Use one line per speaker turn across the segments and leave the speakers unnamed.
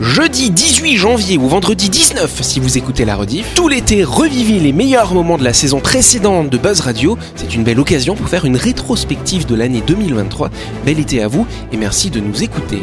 jeudi 18 janvier ou vendredi 19 si vous écoutez la rediff. Tout l'été, revivez les meilleurs moments de la saison précédente de Buzz Radio. C'est une belle occasion pour faire une rétrospective de l'année 2023. Bel été à vous et merci de nous écouter.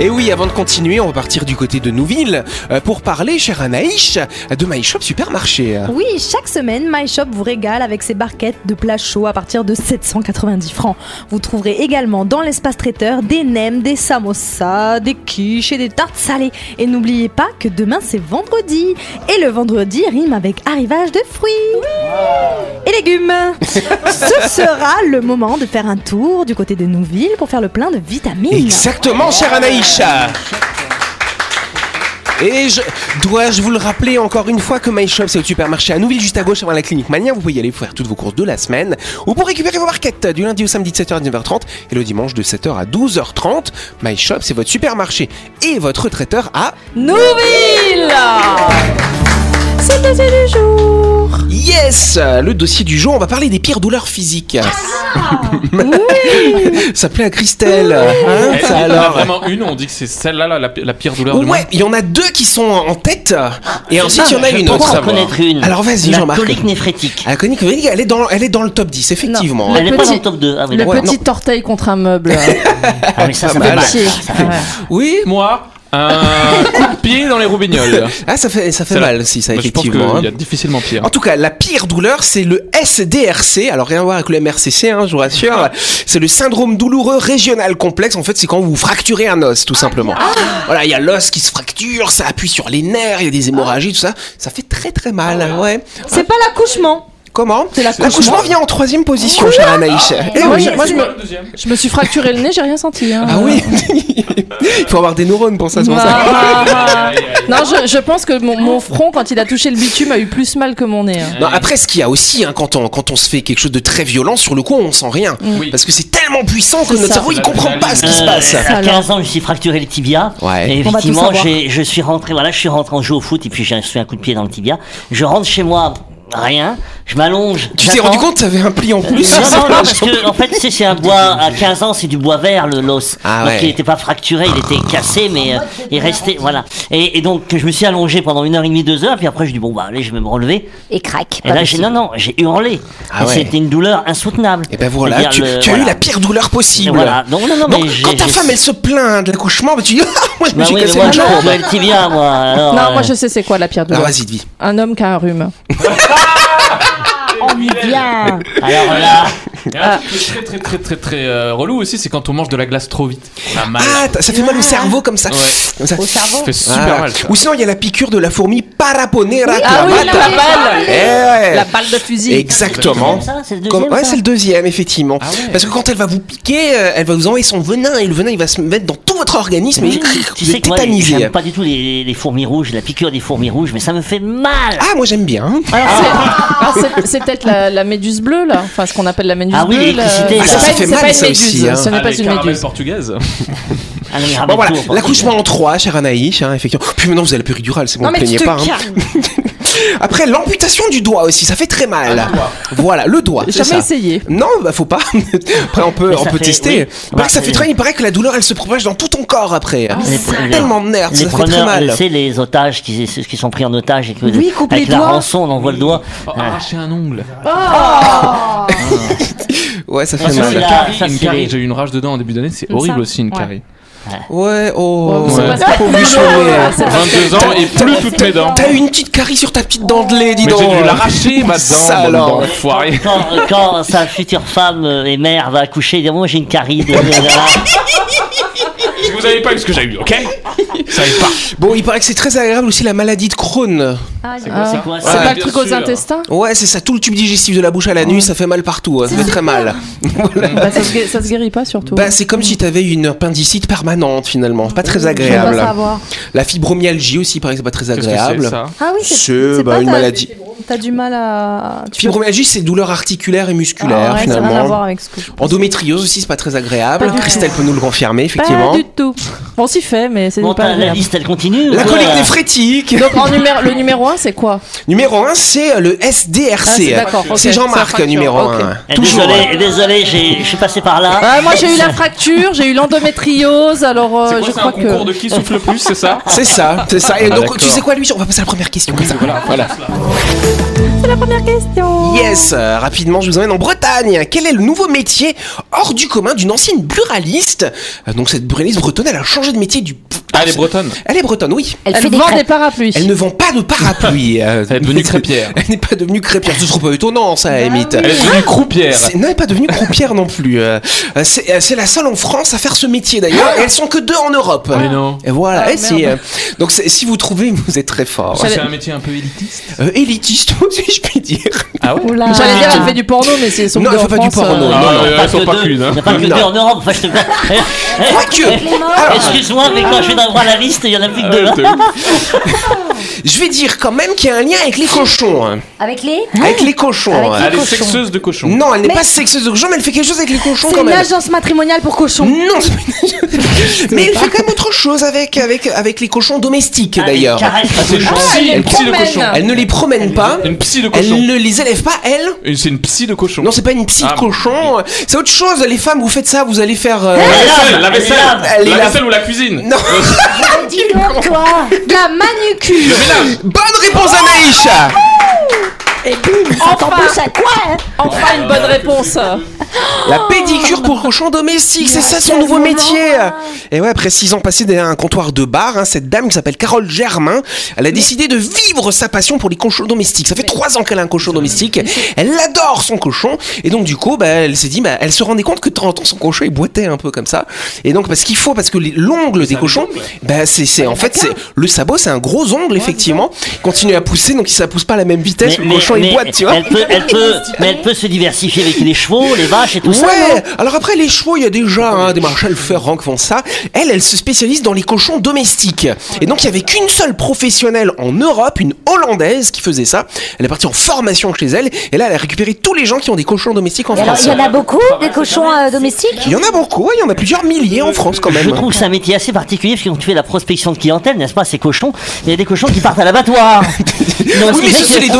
Et oui, avant de continuer, on va partir du côté de Nouville euh, pour parler, chère Anaïs, de My Shop Supermarché.
Oui, chaque semaine, My Shop vous régale avec ses barquettes de plats chauds à partir de 790 francs. Vous trouverez également dans l'espace traiteur des nems, des samosas, des quiches et des tartes salées. Et n'oubliez pas que demain c'est vendredi. Et le vendredi rime avec arrivage de fruits et légumes. Ce sera le moment de faire un tour du côté de Nouville pour faire le plein de vitamines.
Exactement, chère Anaïs. Et je, dois-je vous le rappeler encore une fois que My Shop c'est au supermarché à Nouville juste à gauche avant la clinique Mania. Vous pouvez y aller pour faire toutes vos courses de la semaine ou pour récupérer vos marquettes du lundi au samedi de 7h à 19h30 et le dimanche de 7h à 12h30. My Shop c'est votre supermarché et votre traiteur à
Nouville C'est le dossier du jour
Yes Le dossier du jour, on va parler des pires douleurs physiques. ça plaît à Christelle. hein,
Eh,
ça
il y en a
alors.
vraiment une, on dit que c'est celle-là la, la, la pire douleur du
Ouais,
monde.
il y en a deux qui sont en tête et ensuite il y en a
je
une
pense
autre.
en connaître une.
Alors vas-y,
La
Jean-Marc.
colique néphrétique.
La conique Véronique, elle est dans, elle est dans le top 10, effectivement.
Non.
hein.
Elle n'est pas
petit-
dans le top 2. Ah oui,
Le
d'accord.
Ouais,
petit orteil contre un meuble.
Ah oui, ça, ça
pas
me fait
mal.
mal.
Pied.
bah, Oui,
Moi, un coup de pied dans les roubignoles.
ah, ça fait, ça fait
C'est la-
mal si ça,
Bah, je pense qu'il
effectivement.
y a
hein.
difficilement pire.
En tout cas, la pire douleur, c'est le SDRC. Alors rien à voir avec le MRCC, hein, je vous rassure. C'est le syndrome douloureux régional complexe. En fait, c'est quand vous fracturez un os, tout simplement. Voilà, il y a l'os qui se fracture, ça appuie sur les nerfs, il y a des hémorragies, tout ça. Ça fait très très mal, hein, ouais.
C'est pas l'accouchement
Comment
C'est l'accouchement.
L'accouchement vient en troisième position, chère Anaïs. Eh
Moi,
oui.
je, moi, je me, je me suis fracturé le nez, j'ai rien senti. hein.
Ah oui, il faut avoir des neurones pour ça, c'est pour
Bah,
ça.
Ah. Non, je, je pense que mon, mon front, quand il a touché le bitume, a eu plus mal que mon nez. hein.
Non, Bah, après, ce qu'il y a aussi, hein, quand, on, quand on se fait quelque chose de très violent, sur le coup, on sent rien.
Oui.
Parce que c'est tellement puissant que
C'est
notre
ça.
cerveau, il comprend pas ce qui se
Euh,
passe.
à 15 ans, je me suis fracturé le tibia.
Ouais.
Et
On va tout
effectivement,
savoir.
j'ai- je suis rentré, voilà, je suis rentré en jeu au foot et puis j'ai reçu un coup de pied dans le tibia. Je rentre chez moi, rien, je m'allonge.
Tu t'es
j'attends.
rendu compte, t'avais un pli en plus
non, non, non, parce que en fait, tu sais, c'est un bois à 15 ans, c'est du bois vert le l'os.
Ah
donc
ouais.
il n'était pas fracturé, il était cassé, mais euh, il restait. Voilà. Et, et donc, je me suis allongé pendant une heure et demie, deux heures, puis après, je dis bon, bah allez, je vais me relever.
Et craque.
Et là, j'ai non, non, j'ai hurlé.
Ah
Et
ouais.
C'était une douleur insoutenable.
Et ben voilà,
C'est-à-dire
tu,
Eh le-
tu as eu
voilà.
la pire douleur possible.
Et voilà. Non, non, non,
Donc,
mais j'ai-
quand ta
j'ai-
femme, elle se plaint de l'accouchement, bah, tu dis, ah, moi, je me
Bah
suis
oui, mais
cassé
moi,
la
je
jambe.
courbais le tibia, moi.
Ah
alors,
Non, moi
euh,
je sais c'est quoi la pire
Alors,
douleur.
vas-y, dis.
Un homme qui a un rhume.
oh,
Bien.
euh, Alors là,
Et
Ah.
un truc qui est très très très très très euh, relou aussi, c'est quand on mange de la glace trop vite. Ça fait mal.
Ah, t'as- ça fait mal au cerveau comme ça.
Ouais.
Comme ça.
Ça fait super
Ah.
mal. ça.
Ou sinon, il y a la piqûre de la fourmi Paraponera
Ah oui,
clavata.
la balle
Eh ouais.
La balle de fusil
Exactement.
C'est le deuxième, ça C'est le deuxième,
Comme- ouais,
ça
c'est le deuxième, effectivement.
Ah ouais.
Parce que quand elle va vous piquer, euh, elle va vous envoyer son venin et le venin il va se mettre dans tout votre organisme et
Mmh. tu
vous
sais
êtes
que moi,
tétanisé.
j'aime pas du tout les, les fourmis rouges, la piqûre des fourmis rouges, mais ça me fait mal.
Ah, moi j'aime bien.
Alors, c'est-
Ah.
alors, c'est- c'est peut-être la, la méduse bleue, là. Enfin, ce qu'on appelle la méduse
Ah oui,
bleue. là.
l'électricité,
C'est
là.
pas
Ça
une-
fait
c'est
mal,
pas une
ça
méduse.
aussi, hein.
Ah,
Ce n'est pas une méduse.
portugaise.
Ah non, mais
Bon
ramène
voilà,
tout, enfin.
l'accouchement en 3, chère Anaïs, hein, effectivement. Puis maintenant vous avez le péridural, c'est bon,
Non,
ne
mais tu
plaignez
te
pas. hein.
calmes.
Après, l'amputation du doigt aussi, ça fait très
Ah,
mal. Voilà, le doigt. c'est
Jamais
ça.
essayé.
Non, bah faut pas. Après, on peut,
Mais
on
ça
peut
fait-
tester.
oui.
Il paraît que ça
Bah,
fait
euh,
très. Il paraît que la douleur, elle se propage dans tout ton corps après.
Les-
C'est
Ah, les-
tellement de nerfs,
Les
ça fait très
preneurs,
mal.
tu sais, les otages qui, qui sont pris en otage et que
Oui, coupe
avec
les
la
doigts.
rançon, on envoie le doigt. Ah.
Oh, arracher un ongle.
Ouais, Ah, ça
Ah,
fait
ça,
mal.
c'est la-
Carie,
ça,
une
c'est
carie.
les-
J'ai eu une rage dedans en début d'année, c'est
Comme
horrible
ça
aussi une
Ouais.
carie.
Ouais, oh.
Ouais, c'est pas
Pauvre
spectaculaire.
Michonnet.
Ouais, c'est pas
22 ans et plus toutes mes dents.
T'as eu une petite carie sur ta petite dent de lait, dis
Mais
donc.
j'ai dû l'arracher ma
Ça,
dent,
alors.
mon enfoiré.
Quand, quand sa future femme euh, et mère va accoucher, il dit Moi j'ai une carie de. de- de- de-
Je vous n'avez pas eu ce que j'ai eu, ok Ça n'avez pas.
Bon, il paraît que c'est très agréable aussi la maladie de Crohn.
C'est quoi
C'est
ça
Ouais,
Ah, pas le
bien
truc aux
sûr.
intestins
Ouais, c'est ça, tout le tube digestif de la bouche à la nuit, ça fait mal partout, hein, ça fait très mal.
Bah, ça, se gué- ça se guérit pas surtout.
Bah, c'est comme si t'avais une appendicite permanente finalement, pas très
pas
agréable.
savoir.
La fibromyalgie aussi, paraît que c'est pas très
Qu'est-ce que c'est
agréable.
ça
Oh,
Ah oui, c'est
C'est
c'est
bah,
pas
une
ta-
maladie.
T'as du mal à. tu peux-
Fibromyalgie, c'est douleur articulaire et
Ah,
musculaire
ouais, ça n'a rien à voir
finalement.
avec ce que je
Endométriose aussi, c'est pas très agréable.
Pas du tout.
Christelle peut nous le confirmer, effectivement.
Pas du tout. Bon, on s'y fait, mais c'est
Bon,
pas
t'as- la
agréable.
liste, elle continue ou
La
quoi
collecte des frétiques.
Donc, en numéro, le numéro 1, c'est quoi
Numéro 1, c'est euh, le
Ah,
SDRC.
d'accord, ok.
c'est Jean-Marc,
Ça fracture,
numéro
ok.
1.
Eh, Désolé, désolé, j'ai- je suis passé par là.
Ah, moi, j'ai eu la fracture, j'ai eu l'endométriose, alors euh,
C'est quoi,
je
c'est un
crois que.
concours de qui souffle le plus, c'est ça
C'est ça, c'est ça. Et
Ah,
donc,
d'accord.
tu sais quoi, lui On va passer à la première question. comme ça.
Voilà, voilà.
Yes, euh, rapidement, je vous emmène en Bretagne. Quel est le nouveau métier hors du commun d'une ancienne buraliste Euh, Donc, cette buraliste bretonne, elle a changé de métier du.
Ah, les Bretonnes.
Elle est bretonne, oui.
Elle, vend des parapluis.
Elle ne vend pas de parapluie. euh,
Elle est devenue crépière.
Elle n'est pas devenue crépière. Ce serait pas étonnant, ça, à la limite.
Elle est devenue croupière.
C'est- Non, elle n'est pas devenue croupière non plus. Euh, euh, C'est euh, c'est la seule en France à faire ce métier d'ailleurs. Et elles sont que deux en Europe.
Mais non.
Et voilà.
Ah,
Et c'est,
merde.
euh, donc c'est- si vous trouvez, vous êtes très fort.
Oh, C'est un métier un peu élitiste.
Euh, élitiste, si je puis dire.
Ah ouais
Oula.
J'allais dire, elle fait du porno, mais c'est son euh,
Non, elle
en
fait pas du
France,
Euh,
porno,
non, non, elles
pas
sont
que
pas
deux.
qu'une, hein.
Y a pas que
Non.
deux en Europe, enfin, je te
Quoique,
Excuse-moi, mais quand je suis dans droit à la liste, il y en a plus que deux.
Ouais,
hein.
t'es ouf.
je vais dire quand même qu'il y a un lien avec les cochons. hein.
Avec les
Avec les cochons. hein.
Elle est sexeuse de cochon.
Non, elle n'est pas sexeuse de cochons, mais elle fait quelque chose avec les cochons
C'est
quand
une
même.
agence matrimoniale pour cochons.
Non, c'est pas une agence. mais elle fait quand même autre chose avec, avec, avec les cochons domestiques
Ah, mais
d'ailleurs.
caresse.
Ah, c'est une psy,
elle
une psy de
promène.
cochon.
Elle ne les promène pas,
Une psy de
elle
cochon.
ne les élève pas, elle.
Une- C'est une psy de cochon.
Non, c'est pas une psy de
Ah.
cochon, c'est autre chose. Les femmes, vous faites ça, vous allez faire. euh,
La vaisselle, la vaisselle,
Elle lave.
Elle
la
lave.
vaisselle ou la cuisine.
Non.
toi
De la manucure.
Bonne réponse, Anaïs
Ça t'embouche à quoi hein
Enfin, une bonne réponse.
La pédicure pour cochon domestique, c'est ça son nouveau métier Et ouais, après six ans passés derrière un comptoir de bar, hein, cette dame qui s'appelle Carole Germain, elle a décidé de vivre sa passion pour les cochons domestiques. Ça fait trois ans qu'elle a un cochon domestique, elle adore son cochon, et donc du coup, bah, elle s'est dit, bah, elle se rendait compte que de temps en temps son cochon il boitait un peu comme ça. Et donc, parce qu'il faut, parce que les- l'ongle des cochons, bah, c'est, c'est- en fait, c'est, le sabot c'est un gros ongle, effectivement, il continue à pousser, donc si ça pousse pas à la même vitesse, le cochon il
mais
boite, tu vois.
Elle peut, elle peut, mais elle peut se diversifier avec les chevaux, les vaches et tout ça. non
Ouais, alors après les chevaux, il y a déjà hein, des Marshall Ferrand qui font ça. Elle, elle se spécialise dans les cochons domestiques. Et donc il y avait qu'une seule professionnelle en Europe, une Hollandaise qui faisait ça. Elle est partie en formation chez elle et là elle a récupéré tous les gens qui ont des cochons domestiques en
Et alors,
France.
il y en a beaucoup, des cochons euh, domestiques
Il y en a beaucoup, ouais, il y en a plusieurs milliers en France quand
Je
même.
trouve que c'est un métier assez particulier parce que quand tu fais la prospection de clientèle, n'est-ce pas, ces cochons, il y a des cochons qui partent à l'abattoir. Donc,
Oui,
ce qui
mais
fait
ce
que-
sont les
Ils seront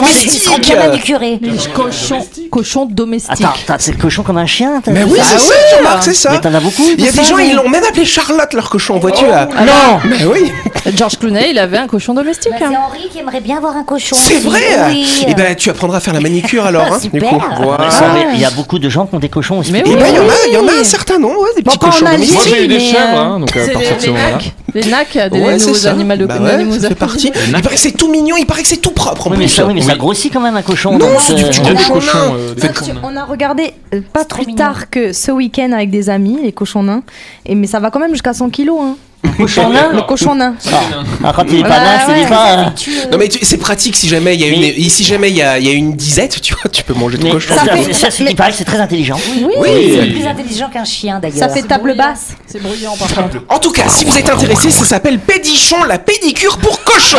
domestiques.
bien manucurés.
Cochon, cochon domestique.
Attends, attends, c'est le cochon comme un chien t'as
Mais
dit
oui,
ça
c'est ça, Jean-Marc, c'est
Mais
ça.
t'en as beaucoup
Il y a
comme
des
ça,
gens,
mais-
ils l'ont même appelé Charlotte leur cochon, vois-tu là
Ah
Non
Mais oui,
George Clooney, il avait un cochon domestique.
Bah,
hein.
c'est Henri qui aimerait bien avoir un cochon.
c'est
aussi.
vrai.
Oui. euh,
Et ben tu apprendras à faire la manicure alors, hein, du
Super.
coup.
Mais
Voilà.
Ah, ça, mais Il y a beaucoup de gens qui ont des cochons aussi.
Mais
Et
oui.
ben il y en a, il y en a un certain nombre, ouais, des petits
quand on
cochons
a
domestiques.
Moi j'ai eu des
Mais,
chèvres,
euh,
hein, donc à
C'est
partir de ce
les, les
moment-là.
nacs, les nacs, des
Ouais, c'est
nouveaux
ça.
animaux de
Bah
des
ouais,
animaux
ça fait
à-
partie. Il paraît que c'est tout mignon, il paraît que c'est tout propre en
Oui, mais
plus.
ça, oui, mais ça
Oui.
grossit quand même un cochon.
Non,
donc,
c'est du
euh,
petit
Il y a des
Cochon
cochons.
nain.
euh, des
Fait
cochons nains.
On a regardé euh, pas
trop
plus
mignon.
tard que ce week-end avec des amis, les cochons nains. Et, mais ça va quand même jusqu'à 100 kilos. Hein.
cochon nain.
Le cochon nain.
Ah, quand il est pas
Bah,
nain, c'est
ouais.
dis pas. hein.
Tu, euh,
Non mais tu- c'est pratique si jamais il y a une
Mais-
et si jamais il y a, il y a une disette, tu vois, tu peux manger ton
Mais
cochon.
ça,
fait-
c'est- ça, c'est- il paraît que c'est très intelligent.
oui, c'est
Oui.
plus intelligent qu'un chien d'ailleurs.
Ça fait table basse.
C'est bruyant par contre.
En tout cas, si vous êtes intéressé, ça s'appelle pédichon, la pédicure pour cochon.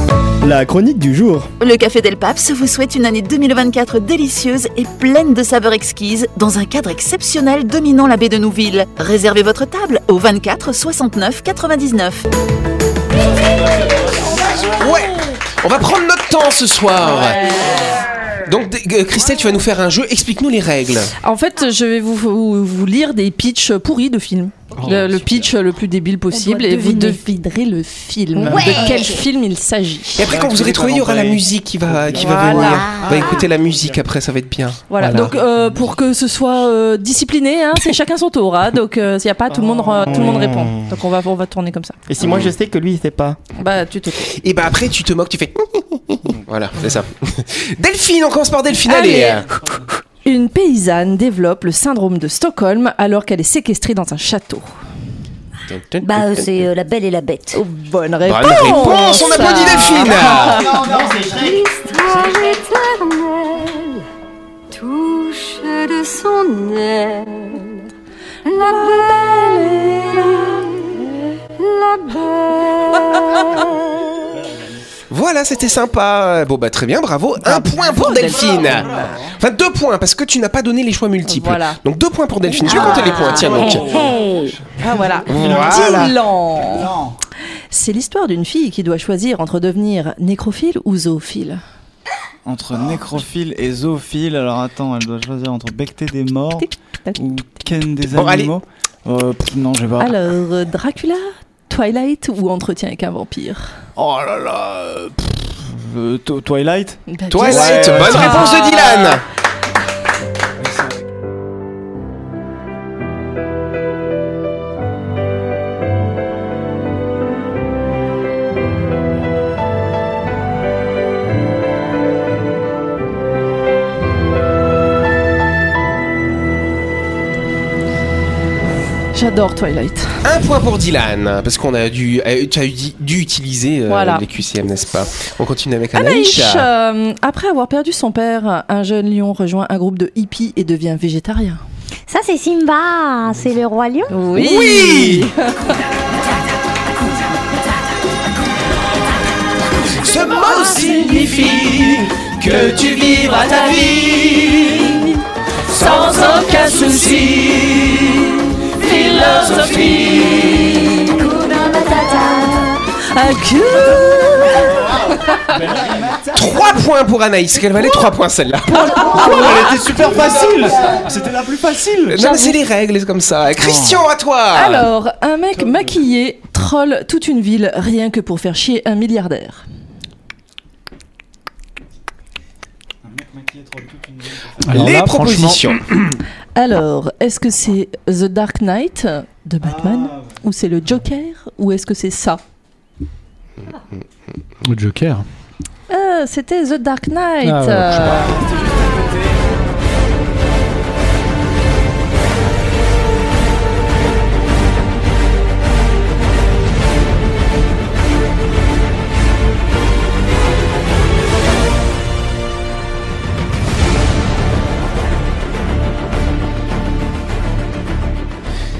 La chronique du jour.
Le Café Del Paps vous souhaite une année 2024 délicieuse et pleine de saveurs exquises dans un cadre exceptionnel dominant la baie de Nouville. Réservez votre table au 24 69 99.
Ouais. On va prendre notre temps ce soir. Donc, d- euh, Christelle, tu vas nous faire un jeu. Explique-nous les règles.
En fait, je vais vous, vous, vous lire des pitchs pourris de films. le, le pitch le plus débile possible
doit
et vous
deviner.
devinerez le film.
Ouais.
De quel film il s'agit.
Et après, quand vous aurez trouvé, il y aura la musique qui va, qui va venir.
Voilà.
On va écouter la musique après, ça va être bien.
Voilà. Donc euh, pour que ce soit euh, discipliné, hein, c'est chacun son tour. hein. donc euh, s'il n'y a pas, tout le monde re- tout le
Oh.
monde répond. Donc on va on va tourner comme ça.
Et si moi je sais que lui il sait pas
Bah tu te.
Et bah après, tu te moques, tu fais. voilà, c'est ça. Delphine, on commence par Delphine. Allez.
Allez. Une paysanne développe le syndrome de Stockholm alors qu'elle est séquestrée dans un château.
Bah, euh, c'est euh, la belle et la bête.
Bonne
Bonne
réponse.
réponse, on applaudit Delphine.
touche de son aile, la belle, la belle.
Voilà, c'était sympa. Bon, bah très bien, bravo. Un point pour Delphine. Enfin, deux points, parce que tu n'as pas donné les choix multiples.
Voilà.
Donc, deux points pour Delphine. Je vais compter les points, tiens donc.
Hey,
Ah voilà.
Voilà.
Dylan. C'est l'histoire d'une fille qui doit choisir entre devenir nécrophile ou zoophile.
Entre nécrophile et zoophile, alors attends, elle doit choisir entre becter des morts ou ken des
Bon, allez.
animaux. Euh, pff, non, je vais pas.
Alors, euh, Dracula, Twilight ou Entretien avec un vampire
Oh là là. euh, pff, euh, Tw- Twilight
Bah,
Twilight,
Ouais.
bonne
Ah.
réponse de Dylan.
J'adore Twilight.
Un point pour Dylan, parce qu'on a dû, euh, tu as eu- dû utiliser euh,
Voilà.
les QCM, n'est-ce pas On continue avec
Anaïs,
Anaïs.
euh, après avoir perdu son père, un jeune lion rejoint un groupe de hippies et devient végétarien.
Ça, c'est Simba, c'est le roi lion.
Oui,
Ce mot signifie que tu vivras ta vie sans aucun souci. Philosophie.
Ah,
Un cul.
3 points pour Anaïs, qu'elle valait 3 points celle-là. Ah
Elle était super facile C'était la plus facile
Non, mais c'est les règles, c'est comme ça. Christian, à toi
Alors, un mec maquillé troll toute une ville rien que pour faire chier un milliardaire.
Les propositions.
Alors, est-ce que c'est The Dark Knight de Batman
Ah.
Ou c'est le Joker Ou est-ce que c'est ça
Le Joker.
Euh, C'était The Dark Knight.
Ah ouais, je sais pas.
euh,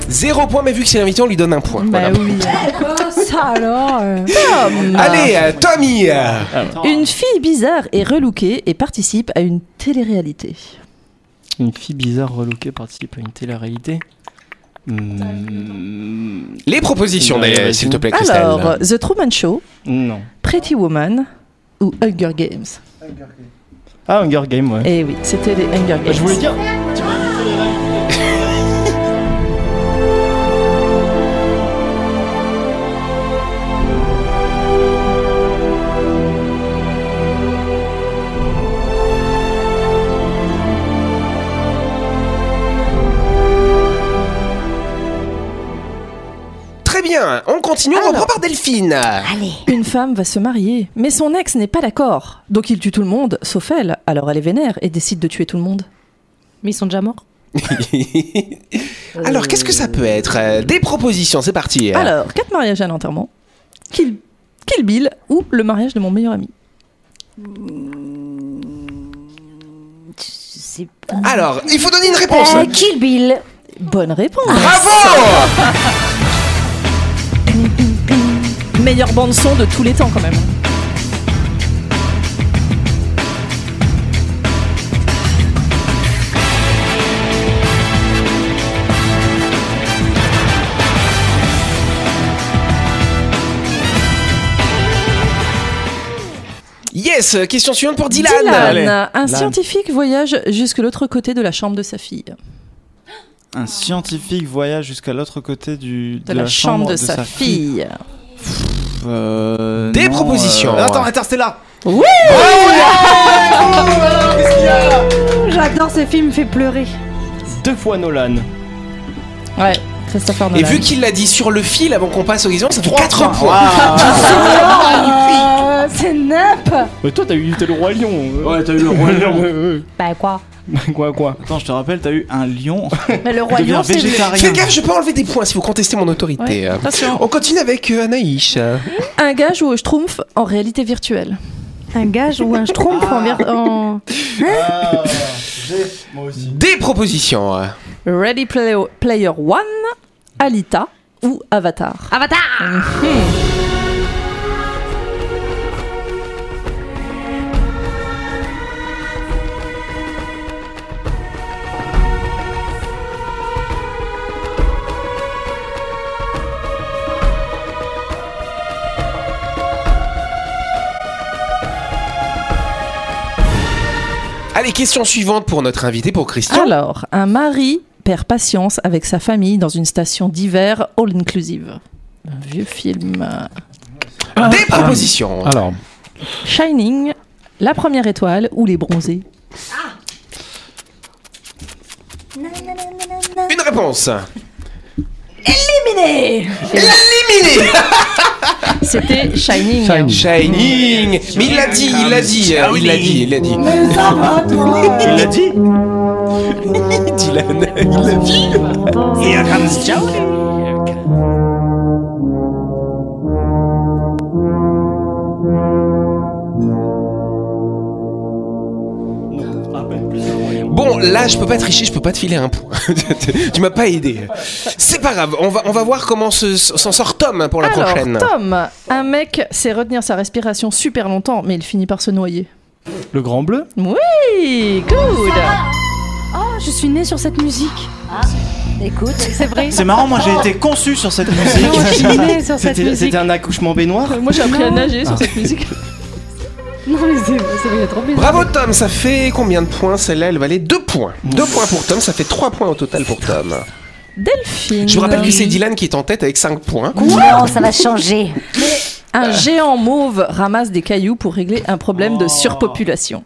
Zéro point, mais vu que c'est l'invité, on lui donne un point.
Bah
Voilà.
oui. ça alors euh.
Allez, euh, Tommy euh,
Une fille bizarre est relookée et participe à une télé-réalité.
Une fille bizarre reloquée participe à une télé-réalité. Hmm,
Les propositions,
Ouais,
d'ailleurs,
vas-y.
s'il te plaît, Christelle.
Alors, euh, The Truman Show,
Non.
Pretty Woman ou Hunger Games
Ah, Hunger Game, ouais.
Eh oui, c'était les Hunger Games.
Je voulais dire.
Très bien, on continue, on
Alors.
reprend par Delphine.
Allez.
Une femme va se marier, mais son ex n'est pas d'accord. Donc il tue tout le monde, sauf elle. Alors elle est vénère et décide de tuer tout le monde.
Mais ils sont déjà morts.
Alors, qu'est-ce que ça peut être Euh, Des propositions, c'est parti.
Alors, quatre mariages à l'enterrement, Kill, Kill Bill ou le mariage de mon meilleur ami.
Je sais pas.
Alors, il faut donner une réponse.
Euh,
Eh,
Kill Bill.
Bonne réponse.
Bravo
Meilleure bande son de tous les temps quand même.
Yes, Yes, question suivante pour Dylan.
Allez.
un
Dylan.
scientifique voyage jusque l'autre côté de la chambre de sa fille.
Un scientifique voyage jusqu'à l'autre côté du,
De, la, chambre, de, sa, fille.
Euh,
Des
non,
propositions.
euh, Attends, Interstellar
Oui
J'adore ce film, fait pleurer.
Deux fois Nolan.
Ouais, Christopher
Et
Nolan.
vu qu'il l'a dit sur le fil avant qu'on passe au guisement, ça fait 4 points.
Ah, C'est nap
Mais toi, t'as eu t'as le roi lion. euh.
Ouais, t'as eu le roi lion.
Bah quoi
quoi, quoi
Attends, je te rappelle, t'as eu un lion.
Mais le
Devient
royaume, c'est
végétarien.
Fais gaffe, je peux enlever des points si vous contestez mon autorité.
attention.
On continue avec euh, Anaïs.
un gage ou au schtroumpf en réalité virtuelle. Ah.
Un gage ou un schtroumpf en, ver- en-
Moi aussi.
Des propositions.
Ready Play- Player One, Alita ou Avatar.
Avatar
Allez, question suivante pour notre invité, pour Christian.
Alors, un mari perd patience avec sa famille dans une station d'hiver all-inclusive. Un vieux film.
Des propositions.
Alors,
Shining, La Première Étoile ou Les Bronzés.
Une réponse.
Éliminé
Éliminé
C'était Shining.
Shining.
Shining. Mais il l'a dit, il l'a dit, euh, il l'a dit, il l'a dit.
Il l'a dit
Dylan, il l'a dit.
Here comes Johnny.
Bon, là, je peux pas tricher, je peux pas te filer un point. tu m'as pas aidé. C'est pas grave, on va, on va voir comment se- s'en sort Tom pour la
Alors,
prochaine.
Tom, un mec sait retenir sa respiration super longtemps, mais il finit par se noyer.
Le grand bleu
Oui, good Ah.
Oh, je suis née sur cette musique.
Écoute,
C'est vrai.
C'est marrant, moi j'ai été conçu sur cette
Non, je suis
musique.
née sur cette
C'était
musique.
c'était un accouchement baignoire
Moi j'ai appris à nager sur
Ah.
cette musique.
Non, mais c'est c'est vrai, trop bizarre.
Bravo Tom, ça fait combien de points Celle-là, elle valait 2 points. 2 points pour Tom, ça fait 3 points au total pour Tom.
Delphine.
Je vous rappelle que c'est Dylan qui est en tête avec 5 points.
Non, ça va changer.
Un géant mauve ramasse des cailloux pour régler un problème de surpopulation.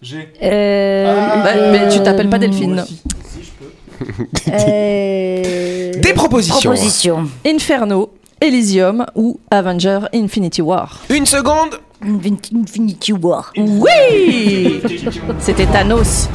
J'ai.
Bah, mais tu t'appelles pas Delphine.
Des propositions.
Proposition.
Inferno, Elysium ou Avenger Infinity War.
Une seconde
Infinity War.
Oui C'était Thanos.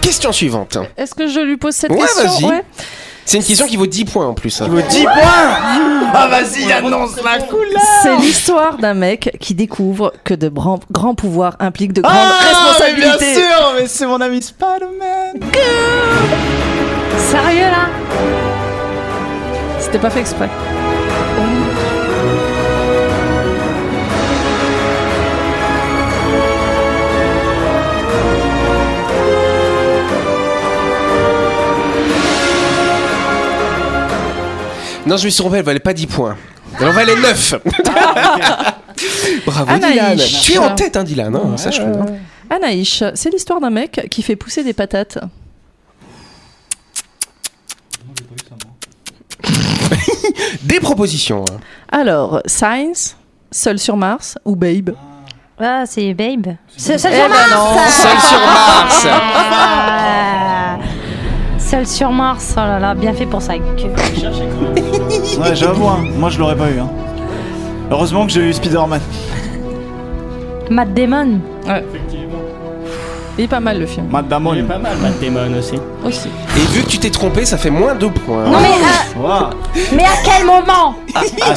Question suivante.
Est-ce que je lui pose cette
Ouais, vas-y.
question
C'est une question qui vaut 10 points en plus. hein.
Vaut 10 points Ah vas-y, annonce la couleur
C'est l'histoire d'un mec qui découvre que de bran- grands pouvoirs impliquent de grandes
Ah, mais bien
responsabilités.
sûr, mais c'est mon ami Spider-Man
Sérieux là
C'était pas fait exprès.
Non, je me suis trompé, elle valait pas 10 points. Elle en valait 9. Bravo
Anaïs.
Dylan. Tu es en tête, hein, Dylan, hein, sache
Anaïs, c'est l'histoire d'un mec qui fait pousser des patates.
Des propositions. hein.
Alors, Science, Seul sur Mars ou Babe
Ah, c'est Babe. Seul sur
Eh ben
Mars
non.
Seul sur Mars.
Ah. Seul sur Mars, oh là là, bien fait pour ça.
Ouais, j'avoue, hein. moi je l'aurais pas eu. Hein. Heureusement que j'ai eu Spider-Man.
Matt Damon.
Il est pas mal le film.
Matt Damon.
Il est pas mal, Matt Damon aussi.
Aussi.
Et vu que tu t'es trompé, ça fait moins 2 points.
Non mais à,
Waouh.
mais à quel moment
À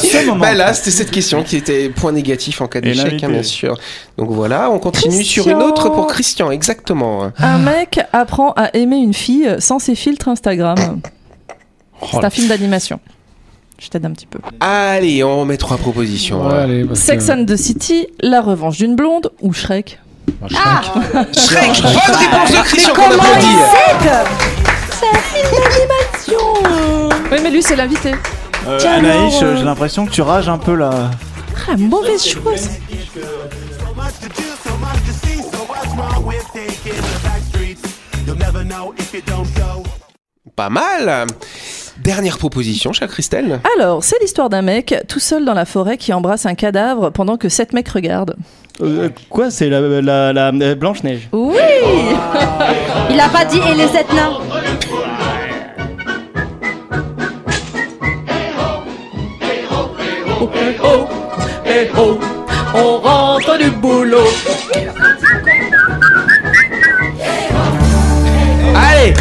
ce Ah, moment.
Bah
hein.
là, c'était cette question qui était point négatif en cas d'échec,
l'invité.
hein, bien sûr. Donc voilà, on continue sur
Christian.
une autre pour Christian, exactement.
Un mec apprend à aimer une fille sans ses filtres Instagram. C'est un film d'animation. Je t'aide un petit peu.
Allez, on met trois propositions.
Ouais, allez, parce
Sex
que-
and the City, La revanche d'une blonde ou Shrek
Ah
Shrek,
Shrek.
bonne réponse de Christian qu'on applaudit.
C'est un film d'animation Oui, mais lui, c'est l'invité.
Euh,
Tiens,
Anaïs,
alors,
euh, j'ai l'impression que tu rages un peu là.
Ah, mauvaise chose
Pas mal. Dernière proposition, chère Christelle.
Alors, c'est l'histoire d'un mec tout seul dans la forêt qui embrasse un cadavre pendant que sept mecs regardent.
Euh, quoi, c'est la, la, la- euh, Blanche-Neige
Oui
Il a pas dit et les sept nains.
Oh, eh oh, eh oh, on rentre du boulot.
Allez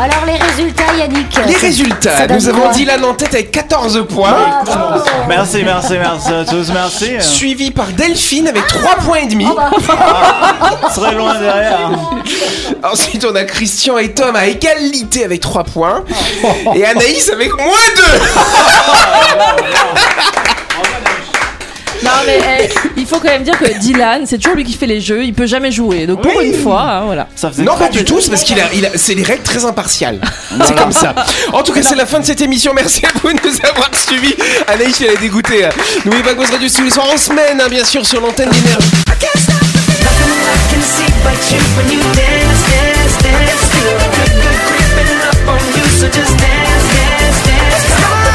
Alors les résultats, Yannick.
Les résultats,
Ça donne
nous avons
quoi
Dylan en tête avec 14 points.
Merci, merci, merci à tous, merci.
Suivi par Delphine avec 3 points et demi.
Très loin derrière.
Ensuite, on a Christian et Tom à égalité avec 3 points. Et Anaïs avec moins 2.
Non mais eh, il faut quand même dire que Dylan, c'est toujours lui qui fait les jeux, il peut jamais jouer. Donc pour une fois, hein, voilà.
non, pas du tout, c'est parce qu'il a, il a- c'est des règles très impartiales. C'est
Voilà.
comme ça. En tout cas, c'est la fin de cette émission. Merci à vous de nous avoir suivis. Anaïs, elle est dégoûtée. N'oubliez pas que Buzz Radio, c'est tous les soirs en semaine, hein, bien sûr, sur l'antenne d'énergie.